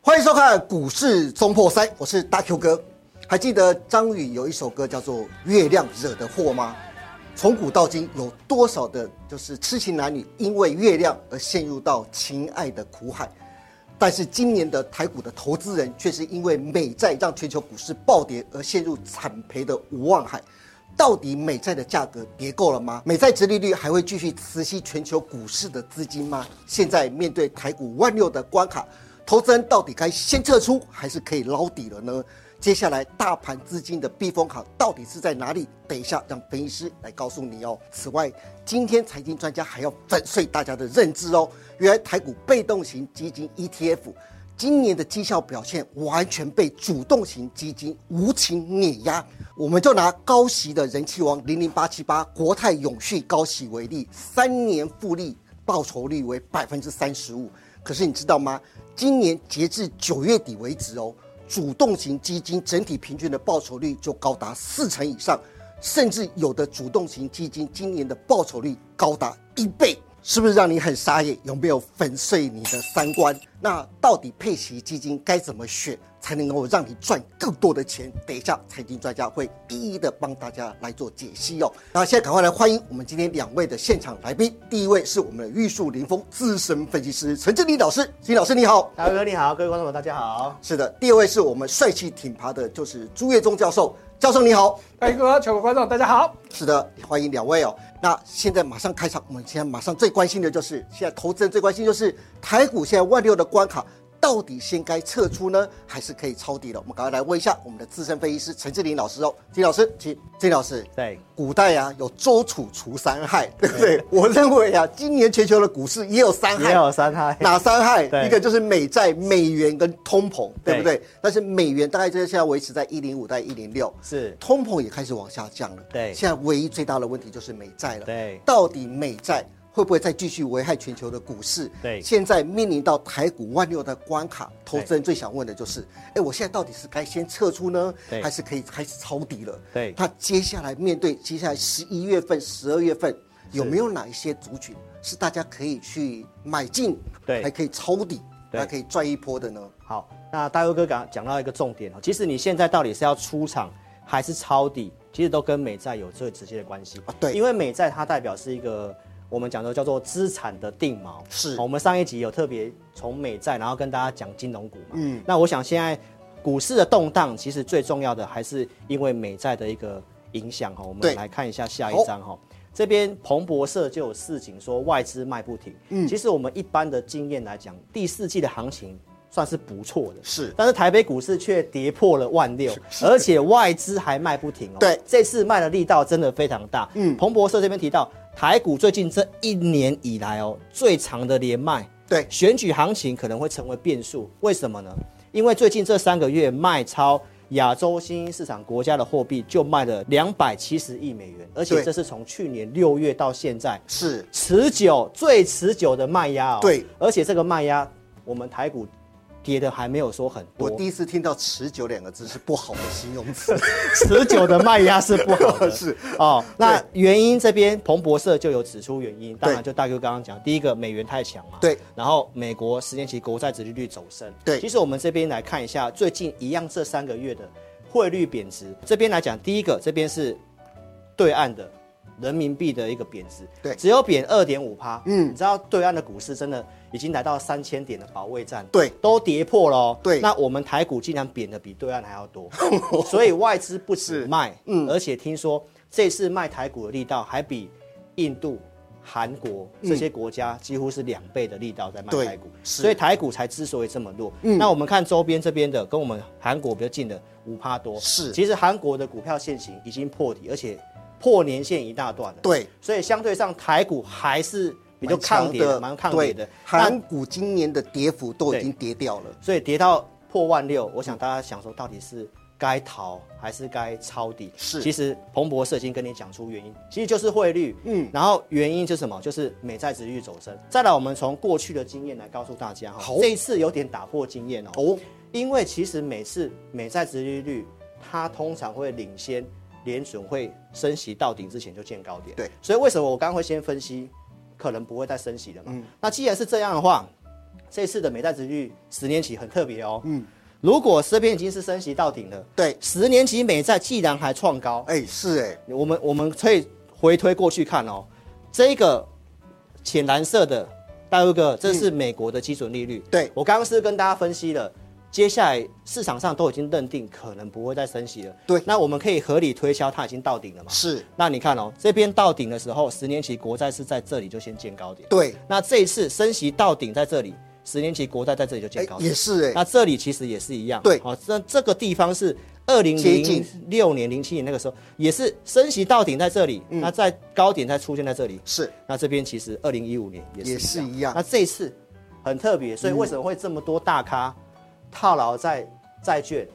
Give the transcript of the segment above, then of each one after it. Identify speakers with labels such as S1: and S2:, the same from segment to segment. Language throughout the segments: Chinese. S1: 欢迎收看股市冲破塞，我是大 Q 哥。还记得张宇有一首歌叫做《月亮惹的祸》吗？从古到今，有多少的就是痴情男女因为月亮而陷入到情爱的苦海？但是今年的台股的投资人却是因为美债让全球股市暴跌而陷入惨赔的无望海。到底美债的价格跌够了吗？美债殖利率还会继续磁吸全球股市的资金吗？现在面对台股万六的关卡，投资人到底该先撤出，还是可以捞底了呢？接下来大盘资金的避风港到底是在哪里？等一下让分析师来告诉你哦。此外，今天财经专家还要粉碎大家的认知哦，原来台股被动型基金 ETF 今年的绩效表现完全被主动型基金无情碾压。我们就拿高息的人气王零零八七八国泰永续高息为例，三年复利报酬率为百分之三十五。可是你知道吗？今年截至九月底为止哦，主动型基金整体平均的报酬率就高达四成以上，甚至有的主动型基金今年的报酬率高达一倍，是不是让你很傻眼？有没有粉碎你的三观？那到底配息基金该怎么选，才能够让你赚更多的钱？等一下，财经专家会一一的帮大家来做解析哦。那现在赶快来欢迎我们今天两位的现场来宾，第一位是我们的玉树临风资深分析师陈志林老师，志林老师你好。
S2: 大哥你好，各位观众们大家好。
S1: 是的，第二位是我们帅气挺拔的，就是朱月忠教授。教授你好，
S3: 大哥，哎全国观众大家好。
S1: 是的，欢迎两位哦。那现在马上开场，我们现在马上最关心的就是，现在投资人最关心就是台股现在万六的关卡，到底先该撤出呢，还是可以抄底的？我们赶快来问一下我们的资深分析师陈志林老师哦，金老师，请金老师，
S2: 对，
S1: 古代啊有周楚除三害，对不对？我认为啊，今年全球的股市也有三害，
S2: 也有三害
S1: 哪三害？
S2: 对
S1: 一个就是美债、美元跟通膨，对不对
S2: 对？
S1: 但是美元大概就是现在维持在一零五到一零六，
S2: 是
S1: 通膨也开始往下降了。
S2: 对
S1: 现在唯一最大的问题就是美债了。
S2: 对
S1: 到底美债会不会再继续危害全球的股市？
S2: 对
S1: 现在面临到台股万六的关卡，投
S2: 对
S1: 资人最想问的就是：哎，我现在到底是该先撤出呢，
S2: 对
S1: 还是可以开始抄底了？
S2: 对
S1: 那接下来面对接下来十一月份、十二月份，有没有哪一些族群是大家可以去买进，
S2: 对
S1: 还可以抄底，
S2: 对
S1: 还可以赚一波的呢？
S2: 好，那大哥哥刚讲到一个重点哦，其实你现在到底是要出场还是抄底，其实都跟美债有最直接的关系
S1: 啊对
S2: 因为美债它代表是一个我们讲的叫做资产的定锚，
S1: 是
S2: 哦我们上一集有特别从美债，然后跟大家讲金融股嘛，
S1: 嗯
S2: 嗯，那我想现在股市的动荡，其实最重要的还是因为美债的一个影响哈，我
S1: 对
S2: 们来看一下下
S1: 好
S2: 一张哈。这边彭博社就有市井说外资卖不停，嗯，其实我们一般的经验来讲，第四季的行情算是不错的，
S1: 是
S2: 但是台北股市却跌破了万六，而且外资还卖不停哦。
S1: 对
S2: 这次卖的力道真的非常大。
S1: 嗯
S2: 嗯，彭博社这边提到，台股最近这一年以来哦，最长的连卖。
S1: 对
S2: 选举行情可能会成为变数，为什么呢？因为最近这三个月卖超亚洲新兴市场国家的货币就卖了两百七十亿美元，而且
S1: 对
S2: 这是从去年六月到现在
S1: 是
S2: 持久最持久的卖压哦。
S1: 对，
S2: 而且这个卖压，我们台股跌的还没有说很
S1: 我
S2: 多，
S1: 第一次听到“持久”两个字是不好的形容 词。
S2: 持久的卖压是不好 的。
S1: 是
S2: 哦，那原因这边彭博社就有指出原因，当然
S1: 对
S2: 就大哥刚刚讲，第一个美元太强嘛，
S1: 对，
S2: 然后美国十年期国债殖利率走升，
S1: 对
S2: 其实我们这边来看一下，最近一样这三个月的汇率贬值，这边来讲，第一个这边是对岸的人民币的一个贬值，
S1: 对
S2: 只有贬二点五趴，
S1: 嗯
S2: 嗯，你知道对岸的股市真的已经来到三千点的保卫战，
S1: 对
S2: 都跌破了、哦，
S1: 对
S2: 那我们台股竟然贬的比对岸还要 多，所以外资不止卖，嗯，而且听说这次卖台股的力道还比印度。韩国这些国家几乎是两倍的力道在卖
S1: 嗯对
S2: 台股，
S1: 是嗯
S2: 所以台股才之所以这么弱。那我们看周边这边的，跟我们韩国比较近的五趴多，
S1: 是
S2: 其实韩国的股票现行已经破底，而且破年线一大段了。
S1: 对，
S2: 所以相对上台股还是比较抗跌的，蛮抗跌的
S1: 对。
S2: 那
S1: 韩股今年的跌幅都已经跌掉了，
S2: 所以跌到破万六，我想大家想说，到底是该逃还是该抄底？
S1: 是
S2: 其实彭博社已经跟你讲出原因，其实就是汇率，嗯，然后原因是什么？就是美债值率走升。再来，我们从过去的经验来告诉大家哈
S1: 好，
S2: 这一次有点打破经验哦，
S1: 哦，
S2: 因为其实每次美债值利率，它通常会领先联准会升息到顶之前就见高点。
S1: 对，嗯
S2: 所以为什么我刚刚会先分析，可能不会再升息了嘛？那既然是这样的话，这次的美债值率十年期很特别哦。嗯，如果这边已经是升息到顶了，
S1: 对
S2: 十年期美债既然还创高，
S1: 哎、是哎、
S2: 我们我们可以回推过去看哦，这个浅蓝色的大陆哥，这是美国的基准利率。
S1: 嗯对
S2: 我刚刚是跟大家分析了。接下来市场上都已经认定可能不会再升息了，
S1: 对
S2: 那我们可以合理推敲它已经到顶了嘛？
S1: 是，
S2: 那你看哦，这边到顶的时候，十年期国债是在这里就先见高点。
S1: 对，
S2: 那这一次升息到顶在这里，十年期国债在这里就见
S1: 哎、
S2: 高点。
S1: 也是哎、
S2: 那这里其实也是一样。
S1: 对
S2: 好、这这个地方是二零
S1: 接
S2: 零
S1: 近
S2: 六年、零七年那个时候，也是升息到顶在这里，
S1: 嗯
S2: 那在高点再出现在这里。
S1: 是
S2: 那这边其实二零一五年也是
S1: 也是
S2: 一
S1: 一
S2: 样
S1: 样。
S2: 那这一次很特别，所以为什么会这么多大咖套牢在债券？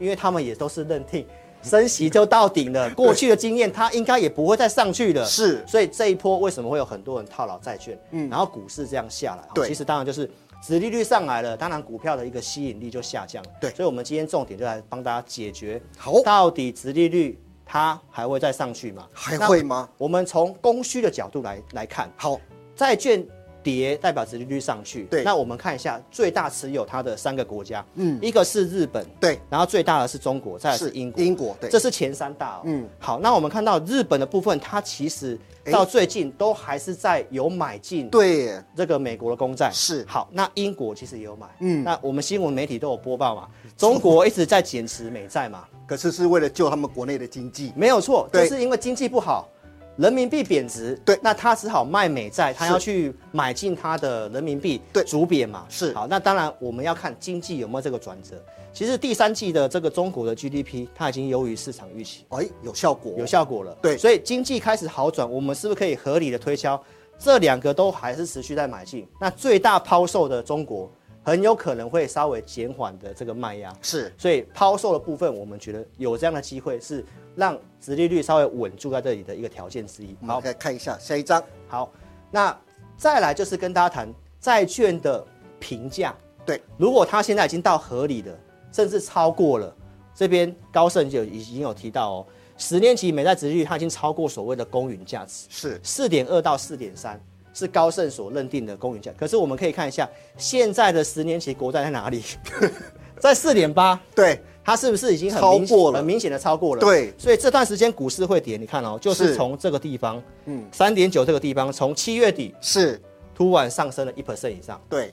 S2: 因为他们也都是认定升息就到顶了，过去的经验他应该也不会再上去了。
S1: 是
S2: 所以这一波为什么会有很多人套牢债券？嗯，然后股市这样下来，哦
S1: 对
S2: 其实当然就是。殖利率上来了，当然股票的一个吸引力就下降了。
S1: 对
S2: 所以我们今天重点就来帮大家解决，
S1: 好
S2: 到底殖利率它还会再上去吗？
S1: 还
S2: 那
S1: 会吗？
S2: 我们从供需的角度来来看，
S1: 好，
S2: 债券跌代表殖利率上去。
S1: 对
S2: 那我们看一下最大持有它的三个国家，嗯，一个是日本，
S1: 对，
S2: 然后最大的是中国，再来是英国。
S1: 英国对，
S2: 这是前三大、哦。嗯
S1: 嗯，
S2: 好，那我们看到日本的部分，它其实到最近都还是在有买进
S1: 对耶
S2: 这个美国的公债。
S1: 是
S2: 好，那英国其实也有买。嗯，那我们新闻媒体都有播报嘛，中国一直在减持美债嘛，
S1: 可是是为了救他们国内的经济，
S2: 没有错，就
S1: 对
S2: 是因为经济不好，人民币贬值，
S1: 对
S2: 那他只好卖美债，他要去买进他的人民币，
S1: 对
S2: 主贬嘛，
S1: 是
S2: 好，那当然我们要看经济有没有这个转折。其实第三季的这个中国的 GDP，它已经优于市场预期，
S1: 哎、有效果，
S2: 有效果了，
S1: 对
S2: 所以经济开始好转，我们是不是可以合理的推敲，这两个都还是持续在买进？那最大抛售的中国，很有可能会稍微减缓的这个卖压，
S1: 是
S2: 所以抛售的部分，我们觉得有这样的机会是让殖利率稍微稳住在这里的一个条件之一。
S1: 我
S2: 好
S1: 们，来看一下下一张，
S2: 好，那再来就是跟大家谈债券的评价。
S1: 对，
S2: 如果它现在已经到合理的，甚至超过了，这边高盛就已经有提到哦，十年期美债殖利率它已经超过所谓的公允价值。
S1: 是
S2: 四点二到四点三是高盛所认定的公允价。可是我们可以看一下现在的十年期国债在哪里， 在四点八，
S1: 对，
S2: 它是不是已经很
S1: 超
S2: 明显
S1: 过了
S2: 很明显的超过了？
S1: 对
S2: 所以这段时间股市会跌，你看哦，就是
S1: 是
S2: 从这个地方，嗯，三点九这个地方，从七月底
S1: 是，
S2: 突然上升了一 percent 以上，
S1: 对，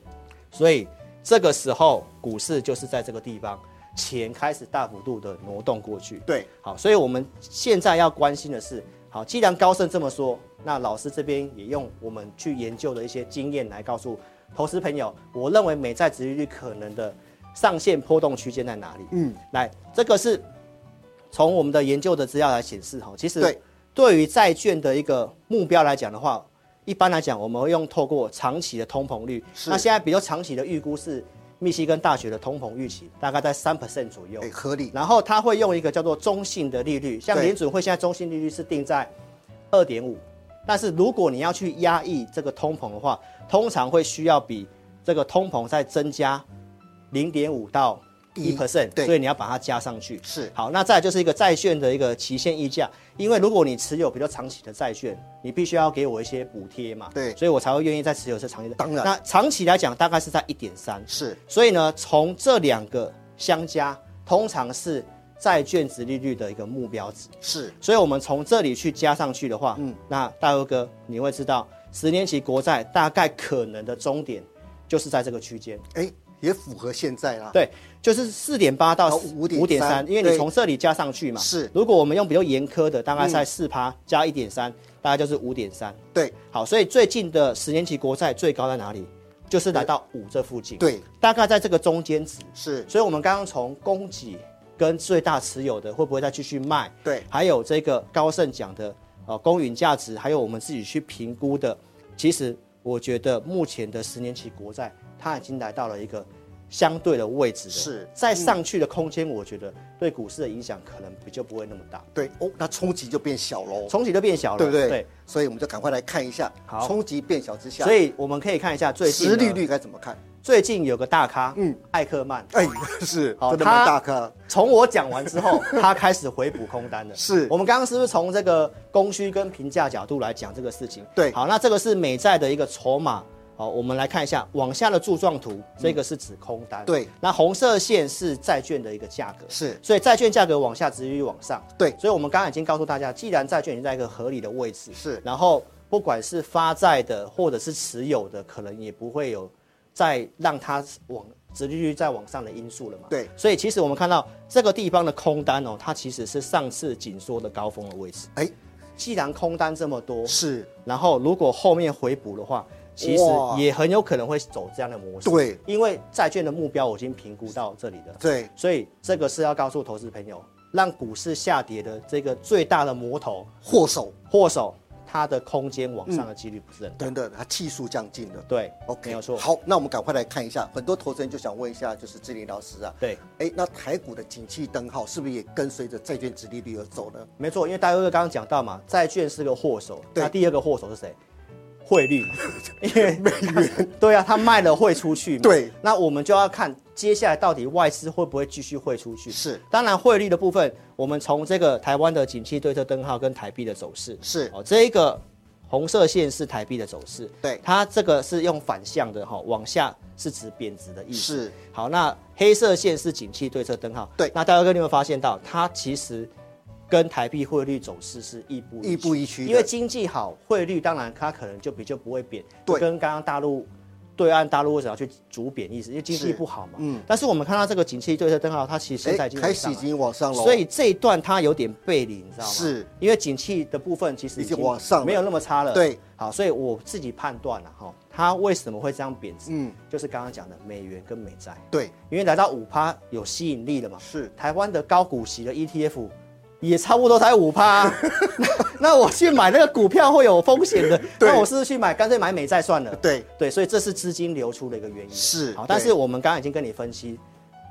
S2: 所以这个时候股市就是在这个地方，钱开始大幅度的挪动过去。
S1: 对，
S2: 好，所以我们现在要关心的是，好，既然高盛这么说，那老师这边也用我们去研究的一些经验来告诉投资朋友，我认为美债殖利率可能的上限波动区间在哪里？嗯，来，这个是从我们的研究的资料来显示哈，其实
S1: 对
S2: 对于债券的一个目标来讲的话，一般来讲我们会用透过长期的通膨率，
S1: 是
S2: 那现在比较长期的预估是密西根大学的通膨预期大概在三 percent 左右
S1: 哎、，合理，
S2: 然后它会用一个叫做中性的利率，像
S1: 对
S2: 联准会现在中性利率是定在二点五，但是如果你要去压抑这个通膨的话，通常会需要比这个通膨再增加零点五到一
S1: 一
S2: percent，
S1: 对
S2: 所以你要把它加上去。
S1: 是
S2: 好，那再来就是一个债券的一个期限溢价，因为如果你持有比较长期的债券，你必须要给我一些补贴嘛，
S1: 对
S2: 所以我才会愿意再持有这长期的。
S1: 当然
S2: 那长期来讲大概是在一点三，
S1: 是
S2: 所以呢，从这两个相加，通常是债券值利率的一个目标值。
S1: 是，
S2: 所以我们从这里去加上去的话，嗯，那大佑哥你会知道，十年期国债大概可能的终点就是在这个区间，
S1: 哎、也符合现在啦，
S2: 对，就是四点八到
S1: 好
S2: 哦五
S1: 5.3
S2: 五点三，因为你
S1: 对
S2: 从这里加上去嘛。
S1: 是
S2: 如果我们用比较严苛的，大概在四趴加一点三，大概就是五点三。
S1: 对，
S2: 好，所以最近的十年期国债最高在哪里？就是来到五这附近。
S1: 对，
S2: 大概在这个中间值。
S1: 是，
S2: 所以我们刚刚从供给跟最大持有的会不会再继续卖，
S1: 对，
S2: 还有这个高盛讲的呃公允价值，还有我们自己去评估的，其实我觉得目前的十年期国债它已经来到了一个相对的位置了，
S1: 是
S2: 再上去的空间，我觉得对股市的影响可能比较不会那么大，
S1: 对，哦，那冲击就变小喽，
S2: 冲击就变小了，
S1: 对不对？
S2: 对，
S1: 所以我们就赶快来看一下
S2: 好，
S1: 冲击变小之下，
S2: 所以我们可以看一下最近
S1: 实
S2: 呢
S1: 利率该怎么看？
S2: 最近有个大咖，嗯，艾克曼，
S1: 哎、 是，
S2: 好
S1: 真的
S2: 他
S1: 蛮大咖，
S2: 从我讲完 之后，他开始回补空单了。
S1: 是
S2: 我们刚刚是不是从这个供需跟评价角度来讲这个事情？
S1: 对
S2: 好，那这个是美债的一个筹码。好，我们来看一下往下的柱状图，这个是指空单。
S1: 嗯对，
S2: 那红色线是债券的一个价格，
S1: 是
S2: 所以债券价格往下，殖利率往上。
S1: 对
S2: 所以我们刚刚已经告诉大家，既然债券已经在一个合理的位置，
S1: 是
S2: 然后不管是发债的或者是持有的，可能也不会有再让它往殖利率再往上的因素了嘛。
S1: 对
S2: 所以其实我们看到这个地方的空单哦，它其实是上次紧缩的高峰的位置。
S1: 哎，
S2: 既然空单这么多，
S1: 是
S2: 然后如果后面回补的话，其实
S1: 哇
S2: 也很有可能会走这样的模式。
S1: 对，
S2: 因为债券的目标我已经评估到这里了。
S1: 对
S2: 所以这个是要告诉投资朋友，让股市下跌的这个最大的魔头
S1: 祸首
S2: 祸首，它的空间往上的几率不是很大。
S1: 等等，它气数降尽了。
S2: 对
S1: 嗯 OK，
S2: 没有错。
S1: 好，那我们赶快来看一下，很多投资人就想问一下，就是志玲老师啊，
S2: 对，
S1: 哎，那台股的景气灯号是不是也跟随着债券殖利率而走呢？
S2: 没错，因为大家刚刚讲到嘛，债券是个祸首，
S1: 对
S2: 那第二个祸首是谁？汇率， 因为美元， 对啊，他卖了汇出去嘛，
S1: 对，
S2: 那我们就要看接下来到底外资会不会继续汇出去。
S1: 是
S2: 当然汇率的部分，我们从这个台湾的景气对策灯号跟台币的走势，
S1: 是
S2: 哦，这一个红色线是台币的走势，
S1: 对
S2: 它这个是用反向的哈、往下是指贬值的意思。
S1: 是，
S2: 好，那黑色线是景气对策灯号，
S1: 对
S2: 那大家哥，你有没有发现到它其实跟台币汇率走势是亦步
S1: 亦步亦趋的
S2: 因为经济好，汇率当然它可能就比较不会贬，
S1: 对
S2: 就跟刚刚大陆。对岸大陆为什么要去逐贬意思？因为经济
S1: 是
S2: 不好嘛。
S1: 嗯
S2: 嗯。但是我们看到这个景气对策灯号，它其实现在
S1: 哎，
S2: 已经
S1: 开
S2: 往
S1: 始
S2: 上
S1: 已
S2: 来
S1: 经往上了，
S2: 所以这一段它有点背离，你知道吗？
S1: 是，
S2: 因为景气的部分其实
S1: 已经往上了
S2: 没有那么差了。
S1: 对，
S2: 好，所以我自己判断了哈，它为什么会这样贬值？
S1: 嗯
S2: 嗯，就是刚刚讲的美元跟美债，
S1: 对，
S2: 因为来到五趴有吸引力了嘛。
S1: 是
S2: 台湾的高股息的 ETF 也差不多才五趴、啊 那那我去买那个股票会有风险的，
S1: 对
S2: 那我是不是去买干脆买美债算了。
S1: 对
S2: 对，所以这是资金流出的一个原因。
S1: 是
S2: 好，但
S1: 对
S2: 是我们刚刚已经跟你分析，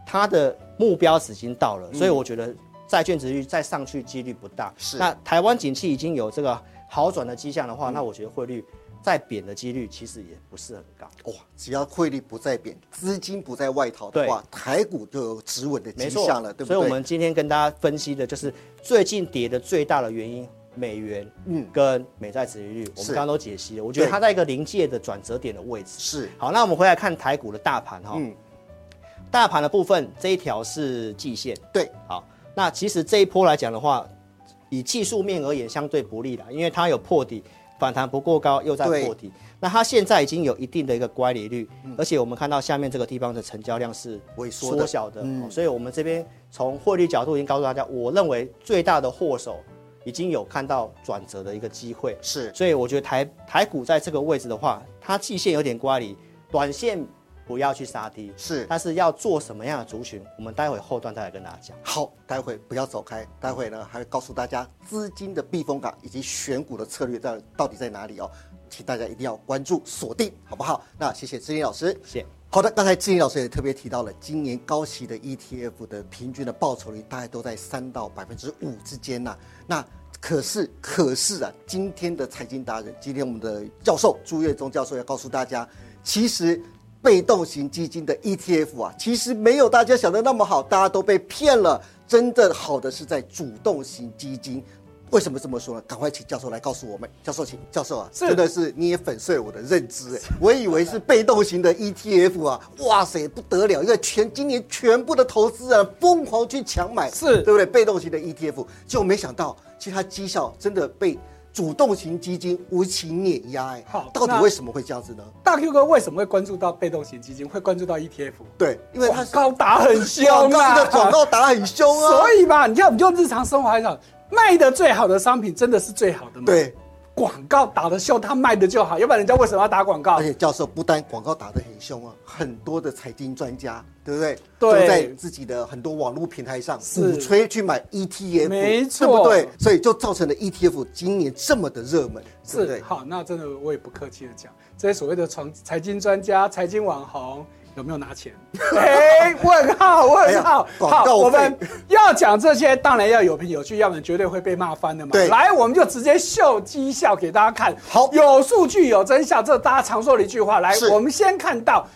S2: 它的目标值已经到了，所以我觉得债券值率再上去几率不大。
S1: 嗯是嗯
S2: 那台湾景气已经有这个好转的迹象的话，那我觉得汇率再贬的几率其实也不是很高。
S1: 哇，只要汇率不再贬，资金不再外逃的话，台股就有止稳的迹
S2: 没错
S1: 象了，对不对？
S2: 所以，我们今天跟大家分析的就是最近跌的最大的原因，美元，嗯，跟美债殖利率，我
S1: 是
S2: 们刚刚都解析了。我觉得
S1: 对
S2: 它在一个临界的转折点的位置。
S1: 是嗯
S2: 好，那我们回来看台股的大盘哈、大盘的部分这一条是季线，
S1: 对
S2: 好，那其实这一波来讲的话，以技术面而言相对不利啦，因为它有破底反弹不过高，又在
S1: 对嗯
S2: 破底。那它现在已经有一定的一个乖离率，而且我们看到下面这个地方的成交量是
S1: 萎缩的嗯
S2: 缩小的，哦所以我们这边从汇率角度已经告诉大家，我认为最大的祸首已经有看到转折的一个机会。
S1: 是
S2: 所以我觉得台台股在这个位置的话，它季线有点乖离，短线不要去杀低，
S1: 是
S2: 但是要做什么样的族群，我们待会后段再来跟大家讲。
S1: 好，待会不要走开，待会呢还会告诉大家资金的避风港以及选股的策略在到底在哪里哦，请大家一定要关注锁定，好不好？那谢谢志林老师，
S2: 谢谢。
S1: 好的，刚才志林老师也特别提到了，今年高息的 ETF 的平均的报酬率大概都在三到百分之五之间呐、那可是可是啊，今天的财经达人，今天我们的教授朱月忠教授要告诉大家，其实被动型基金的 ETF 啊，其实没有大家想的那么好，大家都被骗了。真正好的是在主动型基金。为什么这么说呢？赶快请教授来告诉我们。教授，请教授啊，
S3: 是
S1: 真的是你也粉碎我的认知、哎，我以为是被动型的 ETF 啊，哇塞不得了，因为全今年全部的投资人疯狂去抢买，
S3: 是
S1: 对不对？被动型的 E ETF，结果没想到，其实它绩效真的被主动型基金无情碾压、哎，
S3: 好
S1: 到底
S3: 那
S1: 为什么会这样子呢？
S3: 大 Q 哥为什么会关注到被动型基金，会关注到 ETF？
S1: 对，因为它
S3: 广
S1: 是
S3: 告打很凶
S1: 广告
S3: 啊，
S1: 的广告打很凶啊，
S3: 所以嘛，你看我们就日常生活来讲，卖的最好的商品真的是最好的吗？
S1: 对，
S3: 广告打的凶，他卖的就好，要不然人家为什么要打广告
S1: 而？且教授不单广告打得很凶啊，很多的财经专家，对不对？
S3: 对
S1: 都在自己的很多网络平台上
S3: 是
S1: 鼓吹去买 ETF，
S3: 没错
S1: 对不对？所以就造成了 ETF 今年这么的热门，对不
S3: 是
S1: 对？
S3: 好，那真的我也不客气的讲，这些所谓的传财经专家、财经网红有没有 拿钱？哎，问号问号。
S1: 哎呀广告费
S3: 好，我们要讲这些，当然要有凭有据，要不然绝对会被骂翻的嘛。
S1: 对
S3: 来，我们就直接秀绩效给大家看。
S1: 好
S3: 有数据有真相，这大家常说的一句话。来
S1: 是，
S3: 我们先看到。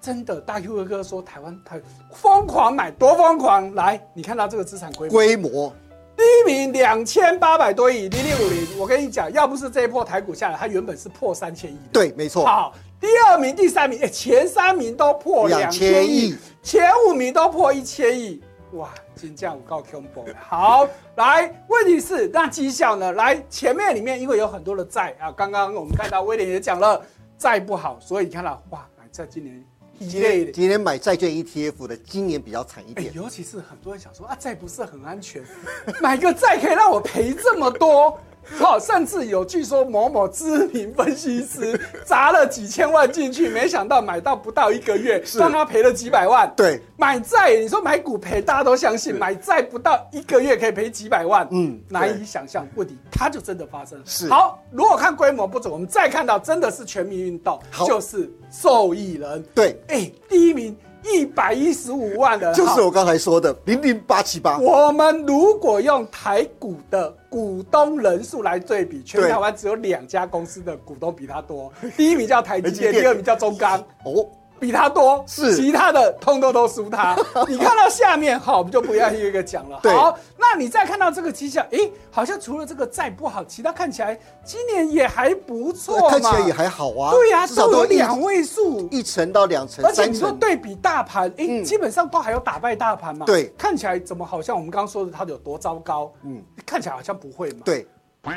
S3: 真的，大 Q 哥哥说台湾台疯狂买，多疯狂！来，你看到这个资产规模，
S1: 规模
S3: 第一名两千八百多亿，零零五零。我跟你讲，要不是这一波台股下来，它原本是破三千亿的。
S1: 对，没错，
S3: 好，第二名、第三名，哎、前三名都破两千
S1: 2000
S3: 亿
S1: 亿，
S3: 前五名都破一千亿，哇，金价五告 combo 了好，来，问题是那绩效呢？来，前面里面因为有很多的债啊，刚刚我们看到威廉也讲了，债不好，所以你看到哇，在今年一
S1: 今
S3: 类的
S1: 天。今天买债券 ETF 的，今年比较惨一
S3: 哎
S1: 点，
S3: 尤其是很多人想说啊，债不是很安全， 买个债可以让我赔这么多。好，甚至有据说某某知名分析师砸了几千万进去，没想到买到不到一个月，让他赔了几百万。
S1: 对，
S3: 买债，你说买股赔，大家都相信，买债不到一个月可以赔几百万，嗯
S1: 嗯，
S3: 难以
S1: 对
S3: 想象。问题它就真的发生了。
S1: 是
S3: 好，如果看规模不准，我们再看到真的是全民运动，
S1: 好
S3: 就是受益人。
S1: 对
S3: 哎，第一名一百一十五万人，
S1: 就是
S3: 好
S1: 我刚才说的零零八七八，
S3: 我们如果用台股的股东人数来对比，全
S1: 对
S3: 台湾只有两家公司的股东比它多，第一名叫台积电，
S1: 台积电
S3: 第二名叫中钢。
S1: 哦，
S3: 比他多，
S1: 是
S3: 其他的通通都 输他。你看到下面好，我们就不要一个一个讲了。
S1: 对
S3: 好，那你再看到这个迹象，诶，好像除了这个债不好，其他看起来今年也还不错嘛，
S1: 看起来也还好啊，
S3: 对呀、
S1: 至少
S3: 都有
S1: 都一
S3: 两位数。
S1: 一层到两层
S3: 而，且
S1: 三
S3: 你说
S1: 层，
S3: 对比大盘，诶，
S1: 嗯
S3: 基本上都还有打败大盘嘛。
S1: 对
S3: 看起来怎么好像我们刚刚说的它有多糟糕？嗯，看起来好像不会嘛。，
S1: 对，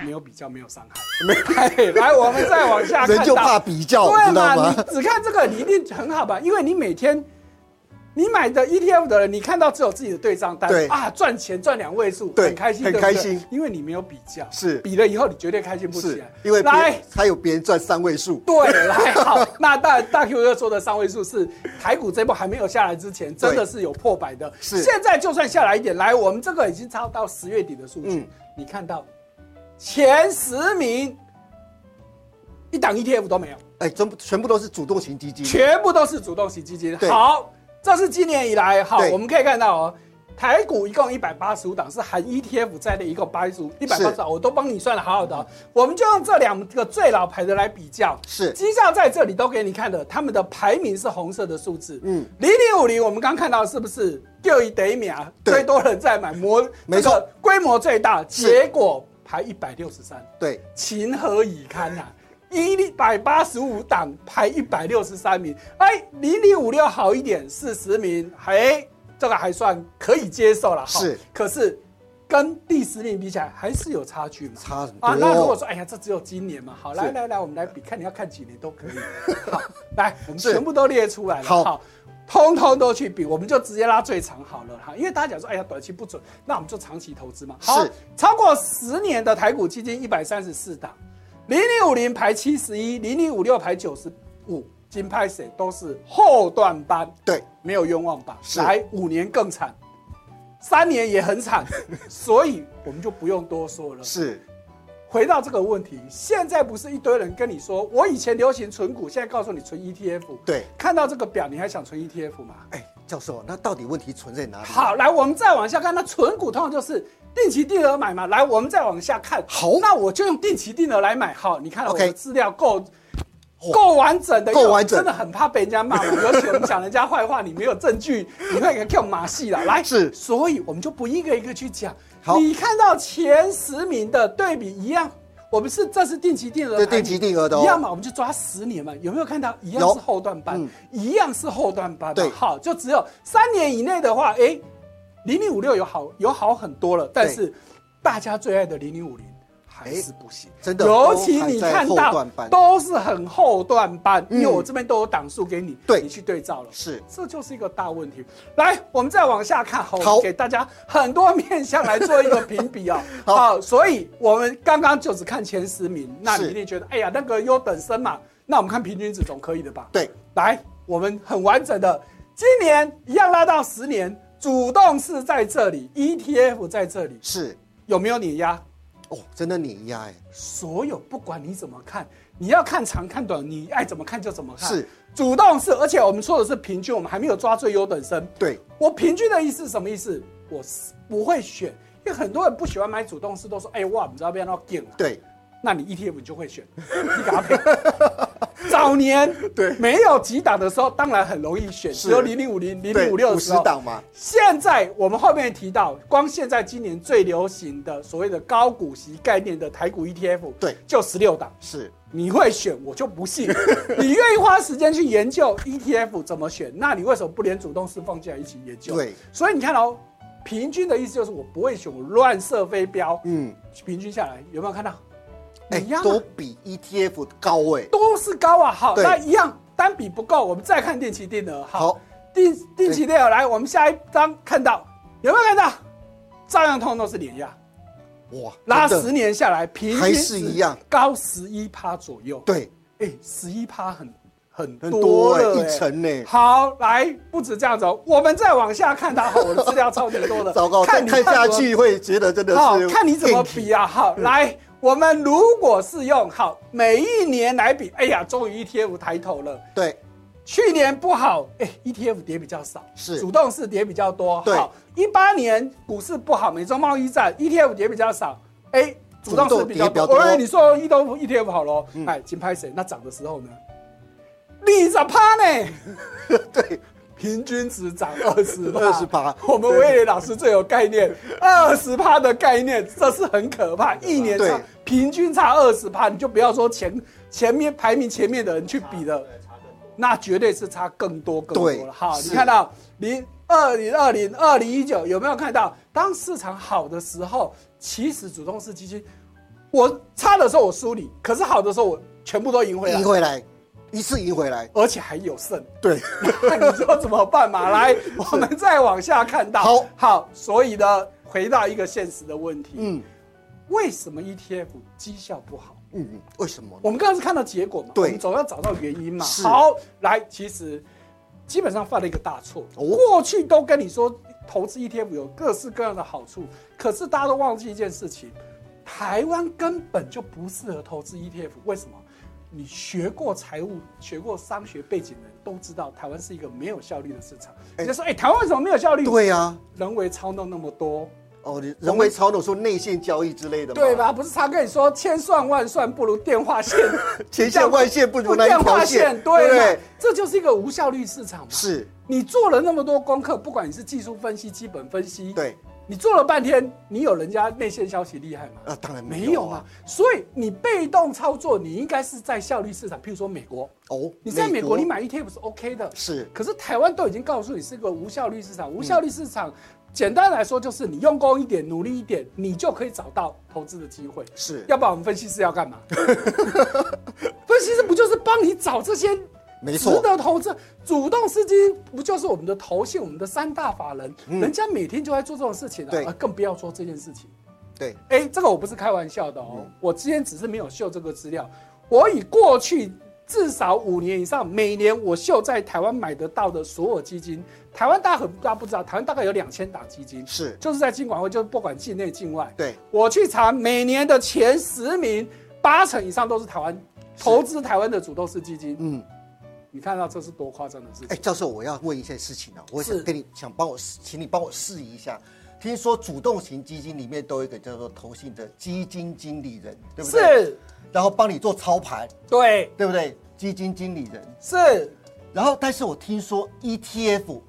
S3: 没有比较，没有伤害。 没来，我们再往下看到，
S1: 人就怕比较，你
S3: 对
S1: 知道吗
S3: 嘛？？你只看这个，你一定很好吧？因为你每天你买的 ETF 的人，你看到只有自己的对账单，
S1: 对
S3: 啊，赚钱赚两位数，
S1: 对
S3: 很开心，
S1: 很
S3: 对不对
S1: 开心
S3: 因为你没有比较，
S1: 是
S3: 比了以后你绝对开心不起
S1: 是
S3: 来，
S1: 因为别
S3: 来。
S1: 还有别人赚三位数，
S3: 对，来好，那大大 Q 哥说的三位数是台股这波还没有下来之前，真的是有破百的。
S1: 是
S3: 现在就算下来一点，来，我们这个已经超到十月底的数据，
S1: 嗯
S3: 你看到前十名一档 ETF 都没有。
S1: 哎，全部全部都是主动型基金，
S3: 全部都是主动型基金。
S1: 对
S3: 好，这是今年以来，好，
S1: 对
S3: 我们可以看到哦，台股一共一百八十五档，是含 ETF 在内一共八十五一百八十档，我都帮你算的好好的哦、我们就用这两个最老牌的来比较。
S1: 是
S3: 绩效在这里都给你看的，他们的排名是红色的数字。嗯
S1: 嗯，
S3: 零零五零，我们刚看到是不是又一得秒
S1: 对
S3: 最多人在买模，
S1: 没错，
S3: 规模最大，
S1: 是
S3: 结果排一百六十三。
S1: 对，
S3: 情何以堪呐、一百八十五档排一百六十三名，哎，零零五六好一点，四十名，哎，这个还算可以接受了。哈
S1: 是，
S3: 可是跟第十名比起来，还是有差距嘛。
S1: 差很多
S3: 啊，那如果
S1: 哦。
S3: 说，哎呀，这只有今年嘛，好，来
S1: 是
S3: 来来，我们来比，看你要看几年都可 以。好，来，我们
S1: 是
S3: 全部都列出来了，
S1: 好
S3: 通通都去比，我们就直接拉最长好了哈，因为大家讲说，哎呀，短期不准，那我们就长期投资嘛。好
S1: 是，
S3: 超过十年的台股基金一百三十四档，零零五零排七十一，零零五六排九十五，金拍谁都是后段班，
S1: 对，
S3: 没有冤枉吧？
S1: 是
S3: 来五年更惨，三年也很 惨，所以我们就不用多说了。
S1: 是
S3: 回到这个问题，现在不是一堆人跟你说，我以前流行存股，现在告诉你存 ETF。
S1: 对
S3: 看到这个表，你还想存 ETF 吗？
S1: 哎，教授，那到底问题存在哪里？
S3: 好，来我们再往下看，那存股通常就是定期定额买嘛。来，我们再往下看。
S1: 好
S3: 那我就用定期定额来买。好，你看我
S1: OK
S3: 的资料够。
S1: 哇
S3: 够完整的，
S1: 够
S3: 因为我
S1: 完整
S3: 真的很怕被人家 骂我。尤其我们讲人家坏话，你没有证据，你会给跳马戏了。来，
S1: 是
S3: 所以我们就不一个一个去讲。
S1: 好
S3: 你看到前十名的对比一样，我们是这是定期定
S1: 这
S3: 额排名，
S1: 定期定额的哦
S3: 一样嘛，我们就抓十年嘛。有没有看到一样
S1: 有
S3: 是后段班
S1: 嗯，
S3: 一样是后段班嘛？
S1: 对
S3: 好，就只有三年以内的话，哎，零零五六有好有好很多了，但是大家最爱的零零五零还是不行，
S1: 真的
S3: 尤其你
S1: 都还在
S3: 看
S1: 后
S3: 到
S1: 段班
S3: 都是很后段班，因为
S1: 嗯
S3: 我这边都有档数给你，
S1: 对
S3: 你去对照了。
S1: 是
S3: 这就是一个大问题。来，我们再往下看，好，
S1: 好
S3: 给大家很多面向来做一个评比啊、
S1: 好
S3: 所以我们刚刚就只看前十名，那你
S1: 是
S3: 一定觉得，哎呀，那个优等生嘛，那我们看平均值总可以的吧？
S1: 对，
S3: 来，我们很完整的，今年一样拉到十年，主动式在这里，ETF 在这里，
S1: 是
S3: 有没有碾压？
S1: 哦，真的碾压哎，
S3: 所有不管你怎么看，你要看长看短，你爱怎么看就怎么看。
S1: 是
S3: 主动式，而且我们说的是平均，我们还没有抓最优等生。
S1: 对，
S3: 我平均的意思是什么意思？我是不会选，因为很多人不喜欢买主动式，都说哎哇，你知道变到顶了。
S1: 对，
S3: 那你 ETF 你就会选， 你给他 配。早年
S1: 对
S3: 没有几档的时候，当然很容易选，
S1: 是
S3: 只有零零五零、零零五六
S1: 五
S3: 的时
S1: 十
S3: 候。
S1: 档嘛，
S3: 现在我们后面提到，光现在今年最流行的所谓的高股息概念的台股 ETF，
S1: 对
S3: 就十六档。
S1: 是
S3: 你会选，我就 不信。你愿意花时间去研究 ETF 怎么选，那你为什么不连主动式放进来一起研究？
S1: 对，
S3: 所以你看哦，平均的意思就是我不会选，我乱射飞镖，
S1: 嗯，
S3: 平均下来有没有看到？
S1: 哎、
S3: 一样啊、
S1: 都比 ETF 高哎、
S3: 都是高啊。好，
S1: 对
S3: 那一样单笔不够，我们再看定期定额。好，
S1: 好，
S3: 定定期定额来，我们下一张看到有没有看到？照样通通都是连压，
S1: 哇，
S3: 拉
S1: 真的
S3: 十年下来平均
S1: 还是一样
S3: 高十一趴左右。
S1: 对，
S3: 哎，十一趴很很
S1: 很多
S3: 多
S1: 哎、
S3: 了、
S1: 一层呢、
S3: 好，来，不止这样子、哦，我们再往下看它。好，我的资料超级多 的，
S1: 糟糕，再
S3: 看你
S1: 看
S3: 怎
S1: 下，
S3: 么
S1: 去会觉得真的
S3: 好
S1: 是，嗯
S3: 看你怎么
S1: 骗
S3: 比啊。好，来，我们如果是用好每一年来比，哎呀，终于 ETF 抬头了。
S1: 对，
S3: 去年不好，哎，ETF 跌比较少，
S1: 是
S3: 主动式跌比较多。
S1: 对
S3: 好，一八年股市不好，美洲贸易战，ETF 跌比较少，哎，主动式比较
S1: 主动跌比较
S3: 多。
S1: 多
S3: 哎，你说 ETF ETF 好咯，哎，金拍谁？那涨的时候呢？立着趴呢？
S1: 对，
S3: 平均值涨二十
S1: 20%
S3: 我们威廉老师最有概 念，二十趴的概念，这是很可怕，一年差
S1: 对
S3: 平均差二十趴，你就不要说前前面排名前面的人去比了，那绝对是差更多更多
S1: 对
S3: 了。好，你
S1: 是
S3: 看到零二零二零二零一九有没有看到？当市场好的时候，其实主动式基金，我差的时候我输你，可是好的时候我全部都赢回来
S1: 赢，回来，一次赢回来，
S3: 而且还有剩。
S1: 对，
S3: 那 你说怎么办嘛？来，我们再往下看到。
S1: 好，
S3: 好，所以呢，回到一个现实的问题，
S1: 嗯
S3: 为什么 ETF 绩效不好？
S1: 嗯，为什么呢？
S3: 我们刚刚是看到结果嘛，
S1: 对
S3: 我们总要找到原因嘛。
S1: 是
S3: 好，来，其实基本上犯了一个大错，
S1: 哦
S3: 过去都跟你说投资 ETF 有各式各样的好处，可是大家都忘记一件事情，台湾根本就不适合投资 ETF，为什么？你学过财务、学过商学背景的人都知道，台湾是一个没有效率的市场。
S1: 哎
S3: 人家说，哎、台湾为什么没有效率？，
S1: 对啊，
S3: 人为操弄那么多，
S1: 哦，你人为操弄说内线交易之类的，
S3: 对？吧？不是常跟你说，千算万算不如电 话线
S1: 前线外线不如那一
S3: 电话
S1: 条
S3: 线，
S1: 对不
S3: 对
S1: 对
S3: 嘛？？这就是一个无效率市场嘛。
S1: 是，
S3: 你做了那么多功课，不管你是技术分析、基本分析，，
S1: 对，
S3: 你做了半天，你有人家内线消息厉害吗？
S1: 啊，当然
S3: 没
S1: 有
S3: 有嘛
S1: 啊，。
S3: 所以你被动操作，你应该是在效率市场，譬如说美国，
S1: 哦，
S3: 你在美国你买 ETF 是 OK 的，
S1: 是嗯
S3: 可是台湾都已经告诉你是个无效率市场，无效率市场。简单来说，就是你用功一点，努力一点，你就可以找到投资的机会。
S1: 是
S3: 要不然我们分析师要干嘛？ 分析师不就是帮你找这些
S1: 没
S3: 值
S1: 错，
S3: 得投资、主动基金，不就是我们的投信、我们的三大法人？人家每天就在做这种事情
S1: 嗯对
S3: 啊，啊更不要说这件事情。
S1: 对，
S3: 哎，这个我不是开玩笑的哦，
S1: 嗯
S3: 我之前只是没有秀这个资料。我以过去至少五年以上，每年我秀在台湾买得到的所有基金，台湾大家很大家不知道，台湾大概有两千档基金，
S1: 是，
S3: 就是在金管会，就是不管境内境外，
S1: 对，
S3: 我去查每年的前十名，八成以上都是台湾投资台湾的主动式基金。
S1: 嗯。
S3: 你看到这是多夸张的事
S1: 哎，
S3: 情？
S1: 教授，我要问一件事情啊，我
S3: 是
S1: 想跟你想帮我试，请你帮我试一下。听说主动型基金里面都有一个叫做投信的基金经理人，对不对？是。
S3: 是，
S1: 然后帮你做操盘，
S3: 对，
S1: 对不对？基金经理人。
S3: 是，
S1: 然后，但是我听说 ETF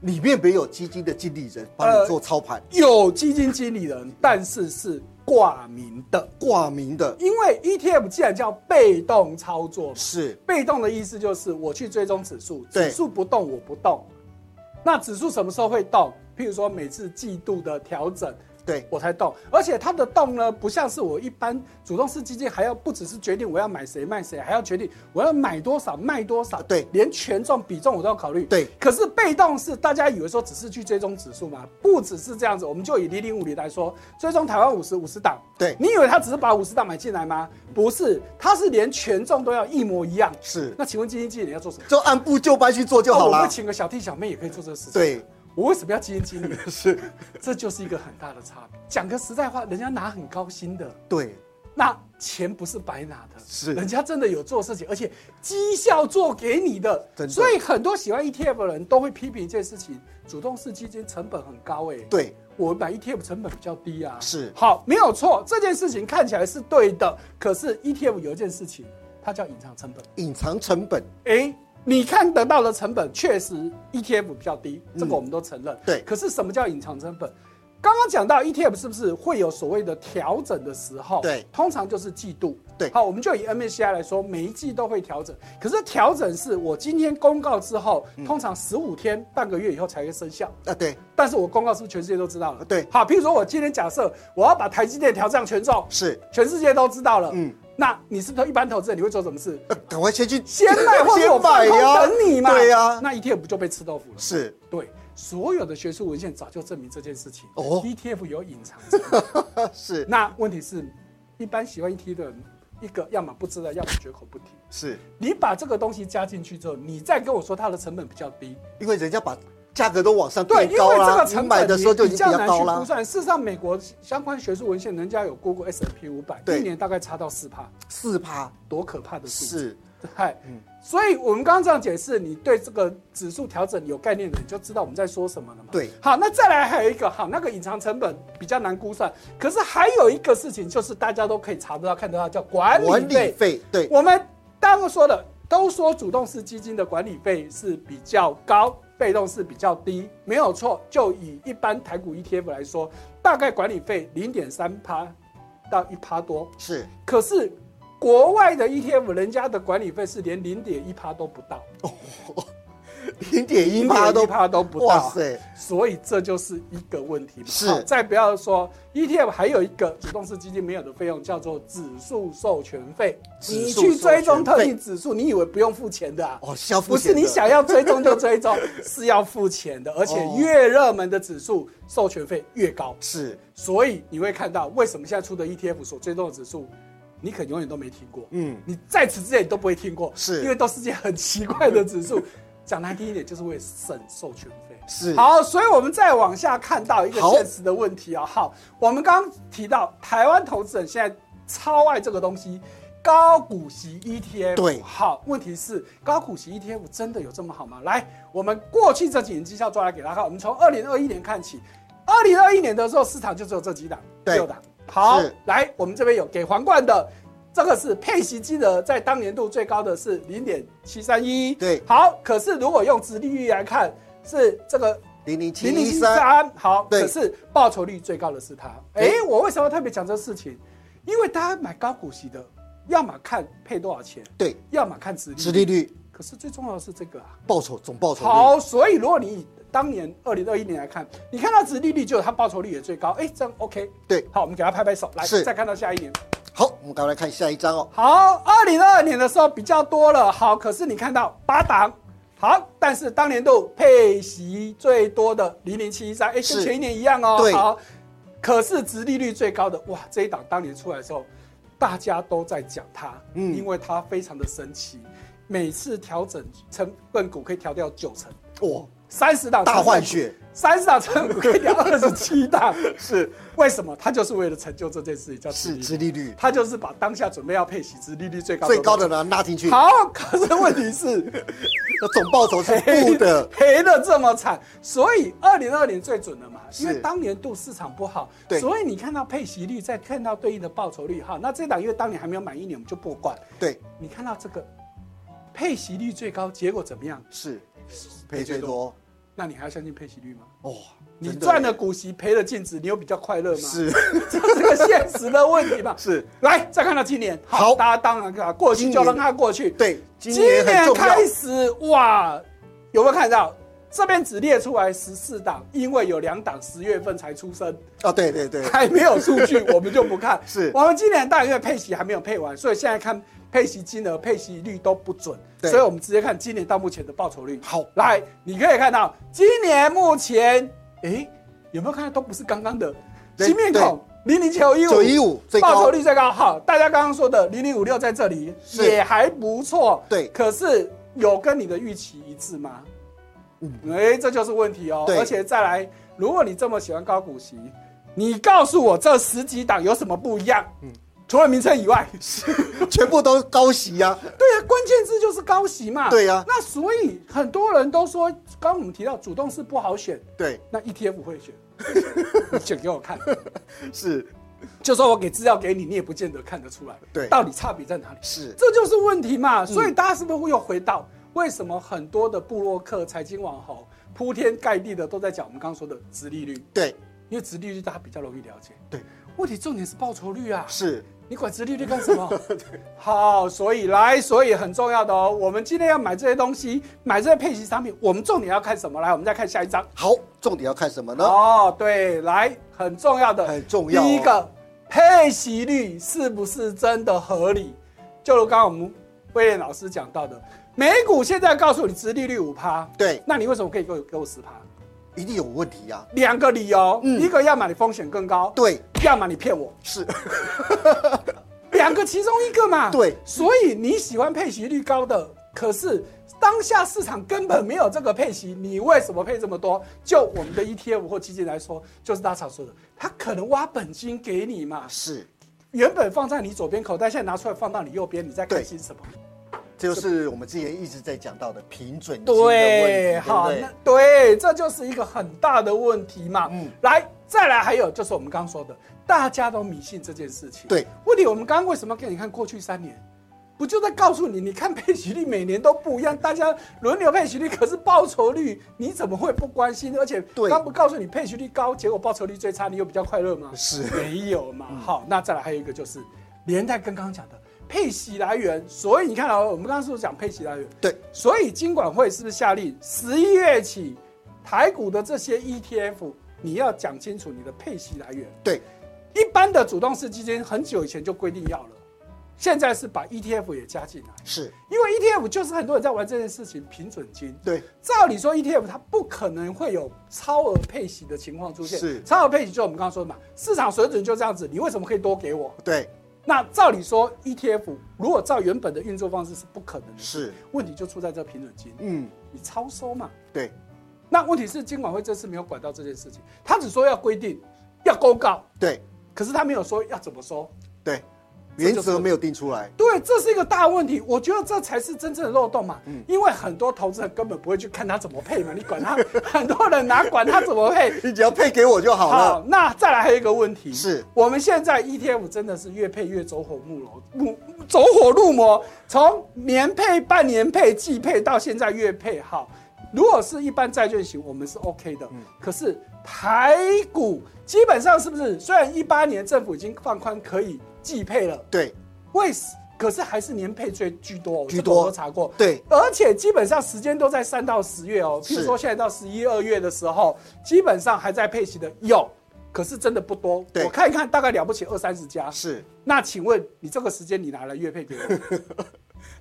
S1: 里面没有基金的经理人帮
S3: 呃
S1: 你做操盘，
S3: 有基金经理人，但是是挂名的，
S1: 挂名的
S3: 因为 ETF 既然叫被动操作嘛，
S1: 是
S3: 被动的意思就是我去追踪指数，
S1: 对
S3: 指数不动我不动。那指数什么时候会动？譬如说每次季度的调整，
S1: 对
S3: 我才动。而且它的动呢，不像是我一般主动式基金，还要不只是决定我要买谁卖谁，还要决定我要买多少卖多少，
S1: 对
S3: 连权重比重我都要考虑。
S1: 对
S3: 可是被动式，大家以为说只是去追踪指数嘛，不只是这样子。我们就以零零五零来说，追踪台湾五十五十档，
S1: 对
S3: 你以为他只是把五十档买进来吗？不是，他是连权重都要一模一样。
S1: 是，
S3: 那请问基金经理要做什么？
S1: 就按部就班去做就好
S3: 那哦我
S1: 啦
S3: 会。请个小弟小妹也可以做这个事情。
S1: 对，
S3: 我为什么要基金经 理？是，这就是一个很大的差别。讲个实在话，人家拿很高薪的，
S1: 对，
S3: 那钱不是白拿的，
S1: 是
S3: 人家真的有做事情，而且绩效做给你的。
S1: 真的
S3: 所以很多喜欢 ETF 的人都会批评一件事情：主动式基金成本很高、哎，
S1: 对，
S3: 我买 ETF 成本比较低啊。
S1: 是
S3: 好，没有错，这件事情看起来是对的。可是 ETF 有一件事情，它叫隐藏成本。
S1: 隐藏成本
S3: 哎，你看得到的成本确实 ETF 比较低，这个我们都承认。
S1: 嗯对
S3: 可是什么叫隐藏成本？刚刚讲到 ETF 是不是会有所谓的调整的时候？
S1: 对
S3: 通常就是季度。
S1: 对
S3: 好，我们就以 MSCI 来说，每一季都会调整。可是调整是我今天公告之后，
S1: 嗯
S3: 通常十五天、半个月以后才会生效。
S1: 啊，对，
S3: 但是我公告是不是全世界都知道了？
S1: 对
S3: 好，譬如说我今天假设我要把台积电调降权重，
S1: 是，
S3: 全世界都知道了。
S1: 嗯
S3: 嗯，那你是不是一般投资人你会做什么事？
S1: 呃赶快先去
S3: 先 卖或者我
S1: 先
S3: 放
S1: 买
S3: 空
S1: 呀，
S3: 等你嘛。
S1: 对呀，
S3: 那 ETF 不就被吃豆腐了？
S1: 是
S3: 对，所有的学术文献早就证明这件事情。
S1: 哦
S3: ，ETF 有隐藏成本。
S1: 啊是
S3: 那问题是，一般喜欢 ETF 的人，一个要么不知道，要么绝口不提。
S1: 是，
S3: 你把这个东西加进去之后，你再跟我说它的成本比较低，
S1: 因为人家把价格都往上
S3: 对，
S1: 垫
S3: 因
S1: 高
S3: 为这
S1: 啦
S3: 个，
S1: 你
S3: 成
S1: 买
S3: 本
S1: 的时候就已
S3: 你
S1: 经
S3: 比
S1: 比较
S3: 较难
S1: 高
S3: 去
S1: 啦
S3: 估，算。事实上，美国相关学术文献，人家有估过 S P 五百，
S1: 对
S3: 一年大概差到四趴，
S1: 四趴
S3: 多可怕的数字！
S1: 是
S3: 嗨，所以我们刚刚这样解释，你对这个指数调整有概念的，你就知道我们在说什么了嘛。
S1: 对
S3: 好，那再来还有一个，好，那个隐藏成本比较难估算，可是还有一个事情就是大家都可以查得到、看得到，叫管
S1: 管
S3: 理费
S1: 理。费对
S3: 我们刚刚说的，都说主动式基金的管理费是比较高，被动式比较低，没有错。就以一般台股 ETF 来说，大概管理费零点三趴到一趴多，
S1: 是
S3: 可是国外的 ETF 人家的管理费是连零点一趴都不到，
S1: 零点一趴都
S3: 一趴都不到。
S1: 哇塞
S3: 所以这就是一个问题嘛。
S1: 是
S3: 好再不要说 ETF 还有一个主动式基金没有的费用叫做指数授权费，
S1: 指
S3: 你
S1: 数
S3: 去追踪
S1: 授权
S3: 特
S1: 费
S3: 定指数，你以为不用付钱的啊？
S1: 哦，消
S3: 不是你想要追踪就 追踪，是要付钱的，而且
S1: 哦
S3: 越热门的指数授权费越高，
S1: 是
S3: 所以你会看到为什么现在出的 ETF 所追踪的指数，你可能永远都没听过。
S1: 嗯
S3: 你在此之前你都不会听过，
S1: 是
S3: 因为都是些很奇怪的指数。讲难听一点，就是为了省授权费。
S1: 是
S3: 好，所以我们再往下看到一个
S1: 好
S3: 现实的问题啊、好，我们刚刚提到台湾投资人现在超爱这个东西，高股息 ETF。
S1: 对
S3: 好，问题是高股息 ETF 真的有这么好吗？来，我们过去这几年绩效抓来给大家看，我们从二零二一年看起，二零二一年的时候市场就只有这几档，
S1: 对
S3: 六档。好
S1: 是，
S3: 来，我们这边有给皇冠的，这个是配息金额，在当年度最高的是零点七三一。
S1: 对
S3: 好，可是如果用殖利率来看，是这个
S1: 零零七
S3: 零零
S1: 一
S3: 七
S1: 三
S3: 三，好，
S1: 对
S3: 可是报酬率最高的是它。
S1: 对
S3: 哎、我为什么要特别讲这事情？因为大家买高股息的，要么看配多少钱，
S1: 对
S3: 要么看殖利率。
S1: 殖利率
S3: 可是最重要的是这个啊。
S1: 报酬总报酬率
S3: 好，所以如果你以当年二零二一年来看，你看它殖利率就有它报酬率也最高，哎、这样 OK。
S1: 对
S3: 好，我们给他拍拍手，来，
S1: 是
S3: 再看到下一年。
S1: 好，我们赶快来看下一张哦，
S3: 好，二零二二年的时候比较多了，好，可是你看到八档，好，但是当年度配息最多的零零七一三，哎，
S1: 是
S3: 跟前一年一样哦，
S1: 对
S3: 好，可是殖利率最高的，哇，这一档当年出来的时候，大家都在讲它，
S1: 嗯
S3: 因为它非常的神奇，每次调整成分股可以调掉九成，
S1: 哇
S3: 三十档
S1: 大换
S3: 血。
S1: 血
S3: 三十档成分股可以聊二十七 档，
S1: 是
S3: 为什么？他就是为了成就这件事情，叫殖
S1: 是
S3: 利率
S1: 殖利率
S3: 他就是把当下准备要配息值利率最高
S1: 最高
S3: 东
S1: 的呢拉进去
S3: 西。，好，可是问题是
S1: 那总报酬 是负的，
S3: 赔的这么惨，所以二零二年最准了嘛，
S1: 是
S3: 因为当年度市场不好
S1: 对，
S3: 所以你看到配息率，再看到对应的报酬率哈，那这档因为当年还没有满一年，我们就不管。
S1: 对
S3: 你看到这个配息率最高，结果怎么样？
S1: 是赔最多
S3: 那你还要相信配息率吗？
S1: 哇，
S3: 你
S1: 真的
S3: 赚了股息，赔了净值，你有比较快乐吗？
S1: 是
S3: 这是个现实的问题嘛。
S1: 是，
S3: 来再看到今年，
S1: 好
S3: 大家当然看过去就让它过去。，
S1: 对，
S3: 今
S1: 今年很重要
S3: 开始哇，有没有看到？这边只列出来十四档，因为有两档十月份才出生，
S1: 啊，对对 对，
S3: 还没有数据，我们就不看。
S1: 是
S3: 我们今年大约配息还没有配完，所以现在看配息金额、配息率都不准，
S1: 对
S3: 所以我们直接看今年到目前的报酬率。
S1: 好
S3: 来，你可以看到今年目前，诶，有没有看到都不是刚刚的
S1: 对
S3: 新面孔零零九一五
S1: 915最高
S3: 报酬率最高。好，大家刚刚说的零零五六在这里
S1: 是
S3: 也还不错，
S1: 对
S3: 可是有跟你的预期一致吗？
S1: 嗯
S3: 嗯，哎、这就是问题哦。
S1: 对
S3: 而且再来，如果你这么喜欢高股息，你告诉我这十几档有什么不一样？嗯，除了名称以外，
S1: 全部都高息呀、
S3: 对啊，关键字就是高息嘛。
S1: 对啊
S3: 那所以很多人都说，刚刚我们提到主动式不好选，
S1: 对，
S3: 那 ETF 会选， 你选给我看，
S1: 是
S3: 就算我给资料给你，你也不见得看得出来，
S1: 对嗯
S3: 到底差别在哪里？
S1: 是，
S3: 这就是问题嘛。所以大家是不是又回到为什么很多的布洛克、财经网红铺天盖地的都在讲我们刚刚说的殖利率？
S1: 对，
S3: 因为殖利率大家比较容易了解。
S1: 对，
S3: 问题重点是报酬率啊。
S1: 是，
S3: 你管殖利率干什么？ 好，所以来，所以很重要的哦。我们今天要买这些东西，买这些配息商品，我们重点要看什么？来，我们再看下一章。
S1: 好，重点要看什么呢？
S3: 哦，对，来，很重要的，
S1: 很重要哦
S3: 第一个，配息率是不是真的合理？就如刚刚我们威廉老师讲到的，美股现在告诉你殖利率五趴，
S1: 对，
S3: 那你为什么可以给我给我十趴？
S1: 一定有问题呀、
S3: 两个理由，一个要么你风险更高，
S1: 嗯对，
S3: 要么你骗我，
S1: 是，
S3: 两个其中一个嘛。
S1: 对
S3: 所以你喜欢配息率高的，可是当下市场根本没有这个配息，你为什么配这么多？就我们的 ETF 或基金来说，就是大厂说的，他可能挖本金给你嘛，
S1: 是，
S3: 原本放在你左边口袋，现在拿出来放到你右边，你在开心什么？
S1: 这就是我们之前一直在讲到的平准金的
S3: 对，
S1: 问题，
S3: 好，
S1: 对
S3: 那对，这就是一个很大的问题嘛。
S1: 嗯
S3: 来，再来，还有就是我们刚刚说的，大家都迷信这件事情。
S1: 对，
S3: 问题我们刚刚为什么给你看过去三年？不就在告诉你，你看配息率每年都不一样，大家轮流配息率，可是报酬率你怎么会不关心？而且
S1: 对
S3: 刚不告诉你配息率高，结果报酬率最差，你有比较快乐吗？
S1: 是嗯
S3: 没有嘛。好，那再来还有一个就是连带跟刚刚讲的配息来源，所以你看啊，我们刚刚是不是讲配息来源？
S1: 对，
S3: 所以金管会是不是下令十一月起，台股的这些 ETF 你要讲清楚你的配息来源？
S1: 对，
S3: 一般的主动式基金很久以前就规定要了，现在是把 ETF 也加进来，
S1: 是，
S3: 因为 ETF 就是很多人在玩这件事情，平准金。
S1: 对，
S3: 照理说 ETF 它不可能会有超额配息的情况出现，
S1: 是
S3: 超额配息就是我们刚刚说的嘛，市场水准就这样子，你为什么可以多给我？
S1: 对，
S3: 那照理说 ETF 如果照原本的运作方式是不可能的，
S1: 是，
S3: 问题就出在这平准金，
S1: 嗯，
S3: 你超收嘛。
S1: 对，
S3: 那问题是金管会这次没有管到这件事情，他只说要规定要公告，
S1: 对，
S3: 可是他没有说要怎么收。
S1: 对，
S3: 这就是
S1: 原则没有定 出来，
S3: 对，这是一个大问题，我觉得这才是真正的漏洞嘛。因为很多投资人根本不会去看他怎么配嘛，你管他， 很多人哪管他怎么配。
S1: 你只要配给我就好了，
S3: 那再来还有一个问题
S1: 是
S3: 我们现在 E ETF 真的是越配越走火入魔，入走火入魔，从年配、半年配、季配到现在月配，好，如果是一般债券型，我们是 OK 的。
S1: 嗯
S3: 可是台股基本上是不是？虽然一八年政府已经放宽可以季配了，
S1: 对，
S3: 为什可是还是年配最居多，
S1: 居多
S3: 这个我都查过。
S1: 对，
S3: 而且基本上时间都在三到十月哦，譬
S1: 是
S3: 如说现在到十一二月的时候，基本上还在配息的有，可是真的不多。
S1: 对
S3: 我看一看，大概了不起二三十家。
S1: 是，
S3: 那请问你这个时间你拿来月配给我？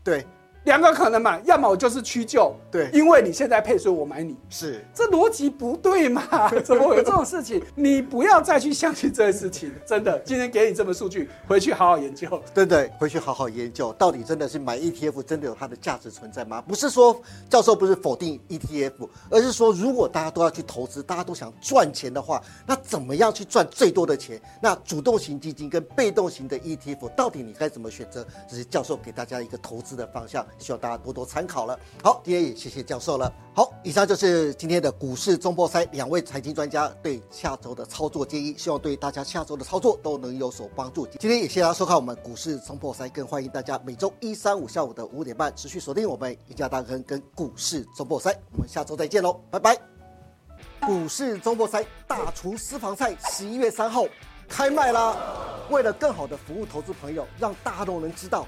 S1: 对，
S3: 两个可能嘛，要么我就是屈就，
S1: 对
S3: 因为你现在配，所以我买你。
S1: 是，
S3: 这逻辑不对嘛？ 怎么会有这种事情？你不要再去相信这件事情，真的。今天给你这么数据，回去好好研究。
S1: 真的回去好好研究，到底真的是买 ETF 真的有它的价值存在吗？不是说教授不是否定 ETF，而是说如果大家都要去投资，大家都想赚钱的话，那怎么样去赚最多的钱？那主动型基金跟被动型的 ETF 到底你该怎么选择？这是教授给大家一个投资的方向，希望大家多多参考了。好，今天也谢谢教授了。好，以上就是今天的股市中破塞两位财经专家对下周的操作建议，希望对大家下周的操作都能有所帮助。今天也谢谢大家收看我们股市中破塞，更欢迎大家每周一、三、五下午的五点半持续锁定我们赢家大亨跟股市中破塞，我们下周再见喽，拜拜。股市周末赛大厨私房菜十一月三号开卖啦！为了更好的服务投资朋友，让大众能知道